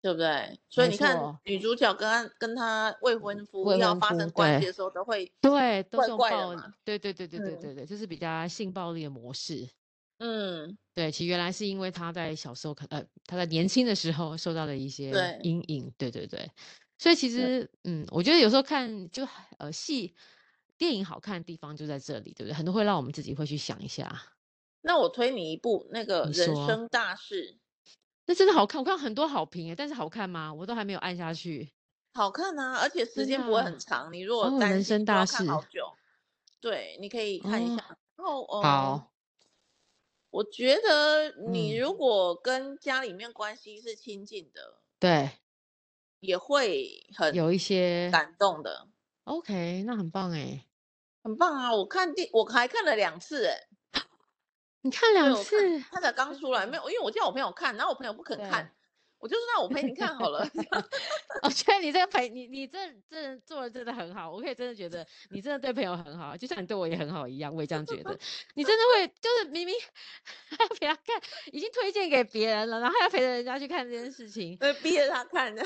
[SPEAKER 2] 对不对？所以
[SPEAKER 1] 没
[SPEAKER 2] 你看，
[SPEAKER 1] 错，
[SPEAKER 2] 女主角跟她跟她未婚夫
[SPEAKER 1] 未
[SPEAKER 2] 要
[SPEAKER 1] 婚
[SPEAKER 2] 发生
[SPEAKER 1] 夫，
[SPEAKER 2] 关系
[SPEAKER 1] 对
[SPEAKER 2] 的时候，都会
[SPEAKER 1] 对，都是用
[SPEAKER 2] 怪怪的
[SPEAKER 1] 暴，
[SPEAKER 2] 嘛。
[SPEAKER 1] 对对对对对
[SPEAKER 2] 嗯，
[SPEAKER 1] 对对，就是比较性暴力的模式，
[SPEAKER 2] 嗯，
[SPEAKER 1] 对，其实原来是因为他在小时候可，呃，他在年轻的时候受到的一些
[SPEAKER 2] 对
[SPEAKER 1] 阴影，对对对，所以其实，嗯，我觉得有时候看就呃戏电影好看的地方就在这里，对不对？很多会让我们自己会去想一下，
[SPEAKER 2] 那我推你一部那个
[SPEAKER 1] 你
[SPEAKER 2] 人
[SPEAKER 1] 说
[SPEAKER 2] 生大事，
[SPEAKER 1] 那真的好看，我看到很多好评诶，但是好看吗？我都还没有按下去，
[SPEAKER 2] 好看啊，而且时
[SPEAKER 1] 真的
[SPEAKER 2] 间不会很
[SPEAKER 1] 啊
[SPEAKER 2] 长，你如果
[SPEAKER 1] 哦，
[SPEAKER 2] 担
[SPEAKER 1] 人
[SPEAKER 2] 心
[SPEAKER 1] 生
[SPEAKER 2] 就要
[SPEAKER 1] 大
[SPEAKER 2] 看
[SPEAKER 1] 事
[SPEAKER 2] 好久。对，你可以看一
[SPEAKER 1] 哦，
[SPEAKER 2] 下。然后，嗯，
[SPEAKER 1] 好，
[SPEAKER 2] 我觉得你
[SPEAKER 1] 嗯，
[SPEAKER 2] 如果跟家里面关系是亲近的，
[SPEAKER 1] 对，
[SPEAKER 2] 也会很
[SPEAKER 1] 有一些
[SPEAKER 2] 感动的，
[SPEAKER 1] ，OK，那很棒诶，
[SPEAKER 2] 很棒啊！我看第我还看了两次、欸，哎，
[SPEAKER 1] 你看
[SPEAKER 2] 对
[SPEAKER 1] 两
[SPEAKER 2] 我看
[SPEAKER 1] 次，
[SPEAKER 2] 它才刚
[SPEAKER 1] 真
[SPEAKER 2] 出来，没
[SPEAKER 1] 的，
[SPEAKER 2] 有，因为我叫我朋友看，然后我朋友不肯
[SPEAKER 1] 对。
[SPEAKER 2] 看，我就说那我陪你看好了， <laughs> 这样
[SPEAKER 1] 我觉得你这个陪你，你这这做的真的很好，我可以真的觉得你真的对朋友很好，就像你对我也很好一样，我也这样觉
[SPEAKER 2] <laughs>
[SPEAKER 1] 得。你真的会就是明明 <laughs> 还要陪他看，已经推荐给别人了，然后还要陪着人家去看这件事情，
[SPEAKER 2] 对，呃逼着他看的。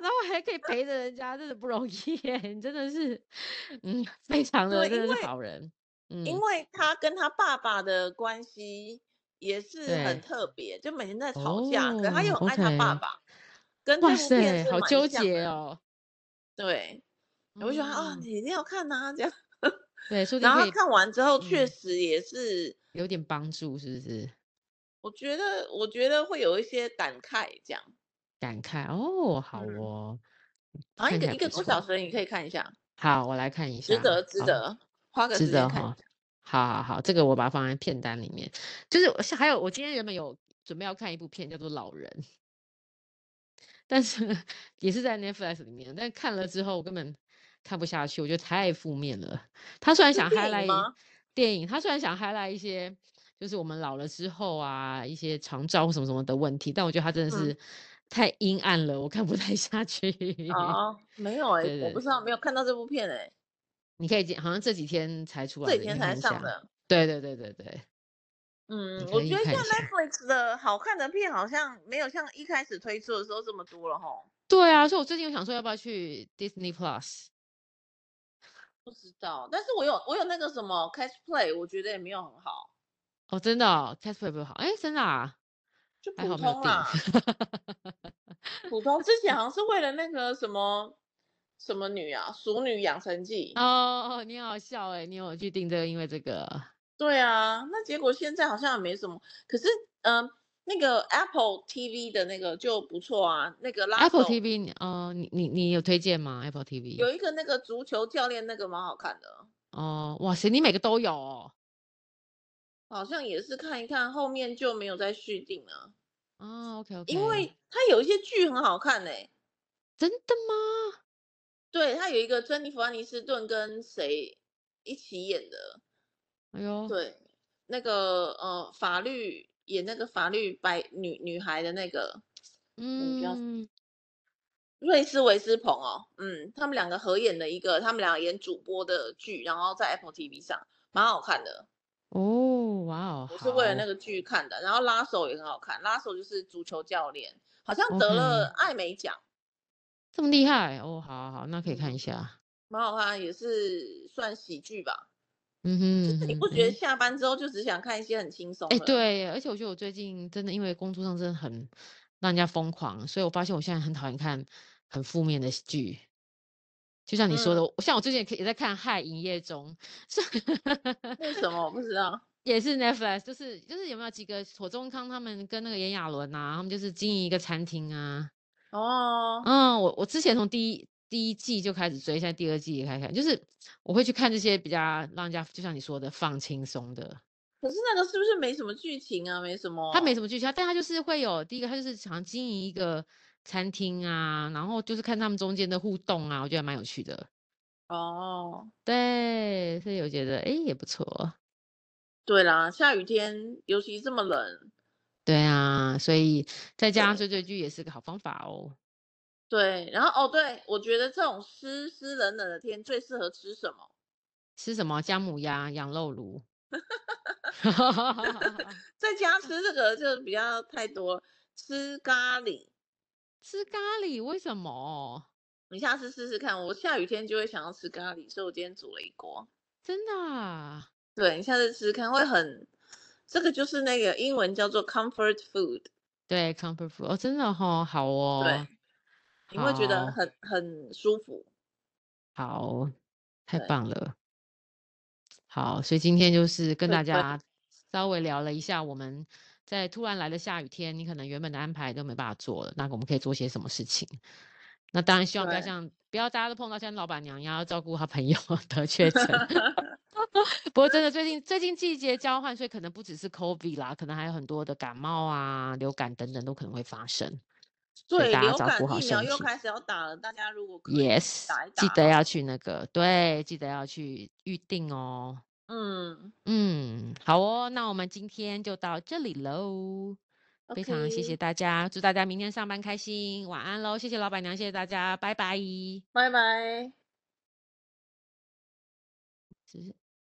[SPEAKER 1] 然后还可以陪着人家，真的不容易耶！ <laughs> 你真的是，嗯，非常的
[SPEAKER 2] 对，
[SPEAKER 1] 真
[SPEAKER 2] 因
[SPEAKER 1] 的
[SPEAKER 2] 为
[SPEAKER 1] 是好人，
[SPEAKER 2] 因
[SPEAKER 1] 嗯，
[SPEAKER 2] 为他跟他爸爸的关系也是
[SPEAKER 1] 对，
[SPEAKER 2] 很特别，就每天在吵架，可他又
[SPEAKER 1] 哦
[SPEAKER 2] 很爱他爸
[SPEAKER 1] ，OK，
[SPEAKER 2] 爸，跟
[SPEAKER 1] 哇
[SPEAKER 2] 这部片
[SPEAKER 1] 塞，
[SPEAKER 2] 是
[SPEAKER 1] 好
[SPEAKER 2] 蛮
[SPEAKER 1] 纠
[SPEAKER 2] 像
[SPEAKER 1] 结
[SPEAKER 2] 的。
[SPEAKER 1] 哦，
[SPEAKER 2] 对，我就觉得啊，
[SPEAKER 1] 嗯，
[SPEAKER 2] 你一定要看啊，这样。
[SPEAKER 1] 对，说不定
[SPEAKER 2] 然后
[SPEAKER 1] 可
[SPEAKER 2] 他
[SPEAKER 1] 以，
[SPEAKER 2] 看完之后，确
[SPEAKER 1] 嗯，
[SPEAKER 2] 实也是，
[SPEAKER 1] 有点帮助，是不是？
[SPEAKER 2] 我觉得，我觉得会有一些感慨，这样。
[SPEAKER 1] 感慨哦，好
[SPEAKER 2] 嗯，
[SPEAKER 1] 哦，
[SPEAKER 2] 然后一
[SPEAKER 1] 看起
[SPEAKER 2] 个
[SPEAKER 1] 来
[SPEAKER 2] 一个
[SPEAKER 1] 不
[SPEAKER 2] 多小
[SPEAKER 1] 错。
[SPEAKER 2] 时，你可以看一下，
[SPEAKER 1] 好，我来看一
[SPEAKER 2] 值得，
[SPEAKER 1] 下。
[SPEAKER 2] 值
[SPEAKER 1] 好，
[SPEAKER 2] 得，花个
[SPEAKER 1] 值
[SPEAKER 2] 时间
[SPEAKER 1] 得
[SPEAKER 2] 看一
[SPEAKER 1] 哈。
[SPEAKER 2] 下。
[SPEAKER 1] 好好好，这个我把它放在片单里面。就是我是还有，我今天原本有准备要看一部片，叫做《老人》，但是也是在 Netflix 里面，但看了之后我根本看不下去，我觉得太负面了。他虽然
[SPEAKER 2] 是
[SPEAKER 1] 想
[SPEAKER 2] 电影
[SPEAKER 1] highlight
[SPEAKER 2] 吗？
[SPEAKER 1] 电影，他虽然想 highlight 一些就是我们老了之后啊一些长照或什么什么的问题，但我觉得他真的
[SPEAKER 2] 嗯，
[SPEAKER 1] 是太阴暗了，我看不太下去。对
[SPEAKER 2] 哦，没有哎、
[SPEAKER 1] 嗯对
[SPEAKER 2] 我不
[SPEAKER 1] 对。
[SPEAKER 2] 知道，没有看到这部片哎、
[SPEAKER 1] <laughs> 你可以见，好像这几天才出
[SPEAKER 2] 这
[SPEAKER 1] 来
[SPEAKER 2] 几
[SPEAKER 1] 的，你可
[SPEAKER 2] 天
[SPEAKER 1] 以
[SPEAKER 2] 才
[SPEAKER 1] 看一
[SPEAKER 2] 上
[SPEAKER 1] 下。
[SPEAKER 2] 的。
[SPEAKER 1] 对对对对对，你
[SPEAKER 2] 嗯，
[SPEAKER 1] 可
[SPEAKER 2] 我觉
[SPEAKER 1] 以
[SPEAKER 2] 得现
[SPEAKER 1] 看一
[SPEAKER 2] 在
[SPEAKER 1] 下。
[SPEAKER 2] Netflix 的好看的片好像没有像一开始推出的时候这么多了吼。
[SPEAKER 1] 对啊，所以我最近有想说要不要去 Disney Plus。
[SPEAKER 2] 不知道，但是我有我有那个什么 Catch Play，我觉得也没有很好，
[SPEAKER 1] 哦，真的、哦、，Casper 不好，哎，真的啊，
[SPEAKER 2] 就
[SPEAKER 1] 还
[SPEAKER 2] 普
[SPEAKER 1] 好没有
[SPEAKER 2] 通
[SPEAKER 1] 订。
[SPEAKER 2] 啦，普通。之前好像是为了那个什么什么女啊，《熟女养成记》。
[SPEAKER 1] <laughs> 哦，你好笑哎，你有去订这个，因为这个
[SPEAKER 2] 对啊，那结果现在好像也没什么。可是，嗯、那个 Apple TV 的那个就不错啊，那个拉
[SPEAKER 1] Apple
[SPEAKER 2] 手
[SPEAKER 1] TV 你。哦，你你你有推荐吗？Apple TV。
[SPEAKER 2] 有一个那个足球教练那个蛮好看的。
[SPEAKER 1] 哦，哇塞，你每个都有哦。
[SPEAKER 2] 好像也是看一看，后面就没有再续订了，
[SPEAKER 1] 哦，OK
[SPEAKER 2] 因
[SPEAKER 1] OK，
[SPEAKER 2] 为它有一些剧很好看呢、欸
[SPEAKER 1] 真的吗？
[SPEAKER 2] 对，它有一个珍妮弗·安妮斯顿跟谁一起演的？
[SPEAKER 1] 哎呦，
[SPEAKER 2] 对，那个呃，法律演那个法律白女女孩的那个，嗯，叫
[SPEAKER 1] 嗯，
[SPEAKER 2] 瑞斯维斯彭哦，嗯，他们两个合演的一个，他们俩演主播的剧，然后在 Apple TV 上，蛮好看的。
[SPEAKER 1] 哦，哇哦，
[SPEAKER 2] 我是为了那
[SPEAKER 1] 好
[SPEAKER 2] 个剧看的，然后拉手也很好看，拉手就是足球教练，好像得了
[SPEAKER 1] ，OK。
[SPEAKER 2] 艾美奖，
[SPEAKER 1] 这么厉害哦，好好好，那可以看一
[SPEAKER 2] 嗯，
[SPEAKER 1] 下。
[SPEAKER 2] 蛮好看，也是算喜剧吧。
[SPEAKER 1] 嗯
[SPEAKER 2] 就是你
[SPEAKER 1] 哼嗯
[SPEAKER 2] 不
[SPEAKER 1] 哼，
[SPEAKER 2] 觉得
[SPEAKER 1] 哎
[SPEAKER 2] 下班之后就只想看一些很轻松
[SPEAKER 1] 哎，
[SPEAKER 2] 的？
[SPEAKER 1] 对，而且我觉得我最近真的因为工作上真的很让人家疯狂，所以我发现我现在很讨厌看很负面的剧。就像你说的，
[SPEAKER 2] 嗯，
[SPEAKER 1] 像我最近也可以也在看《嗨营业中》，是
[SPEAKER 2] 为什么我不知道？
[SPEAKER 1] <laughs> 也是 Netflix，就是就是有没有几个左宗康他们跟那个炎亚纶啊，他们就是经营一个餐厅啊。
[SPEAKER 2] 哦，
[SPEAKER 1] 嗯，我我之前从第一第一季就开始追，现在第二季也开始看，就是我会去看这些比较让人家就像你说的放轻松的。
[SPEAKER 2] 可是那个是不是没什么剧情啊？没什
[SPEAKER 1] 它没
[SPEAKER 2] 么，
[SPEAKER 1] 什么剧情，但它就是会有第一个，它就是常经营一个餐厅啊，然后就是看他们中间的互动啊，我觉得还蛮有趣的。
[SPEAKER 2] 哦，
[SPEAKER 1] 对，所以我觉得诶也不错。
[SPEAKER 2] 对啦，下雨天尤其这么冷，
[SPEAKER 1] 对啊，所以在家
[SPEAKER 2] 对
[SPEAKER 1] 追追剧也是个好方法哦。
[SPEAKER 2] 对，然后哦，对，我觉得这种湿湿冷冷的天最适合吃什么？
[SPEAKER 1] 吃什么？姜母鸭、羊肉
[SPEAKER 2] <laughs>
[SPEAKER 1] 炉。
[SPEAKER 2] 在家吃这个就比较太多了，吃咖喱，
[SPEAKER 1] 吃咖喱为什么？
[SPEAKER 2] 你下次试试看。我下雨天就会想要吃咖喱，所以我今天煮了一锅。
[SPEAKER 1] 真的啊？
[SPEAKER 2] 对，你下次吃吃看会很这个就是那个英文叫做 comfort food，
[SPEAKER 1] 对，comfort food 哦，真的哦，好哦，
[SPEAKER 2] 对，你会觉得
[SPEAKER 1] 好
[SPEAKER 2] 很很舒服。
[SPEAKER 1] 好，太
[SPEAKER 2] 对
[SPEAKER 1] 棒了。好，所以今天就是跟
[SPEAKER 2] 对
[SPEAKER 1] 大
[SPEAKER 2] 对
[SPEAKER 1] 家稍微聊了一下，我们在突然来的下雨天，你可能原本的安排都没办法做了，那我们可以做些什么事情？那当然希望不要
[SPEAKER 2] 对
[SPEAKER 1] 像不要大家都碰到像老板娘一样要照顾她朋友 <laughs> 得确诊。不过真的最近最近季节交换，所以可能不只是 COVID 啦，可能还有很多的感冒啊、流感等等都可能会发生。所以
[SPEAKER 2] 对，
[SPEAKER 1] 大家
[SPEAKER 2] 流
[SPEAKER 1] 照
[SPEAKER 2] 感
[SPEAKER 1] 顾好
[SPEAKER 2] 疫苗
[SPEAKER 1] 身
[SPEAKER 2] 又
[SPEAKER 1] 体
[SPEAKER 2] 开始要打了，大家如果可以
[SPEAKER 1] Yes，
[SPEAKER 2] 打一打，
[SPEAKER 1] 记得要去那个，对，记得要去预定哦。
[SPEAKER 2] 嗯，
[SPEAKER 1] 嗯，好哦，那我们今天就到这里喽。非常谢谢，大家，祝大家明天上班开心，晚安喽！谢谢老板娘，谢谢大家，拜拜。
[SPEAKER 2] 拜拜。
[SPEAKER 1] 只是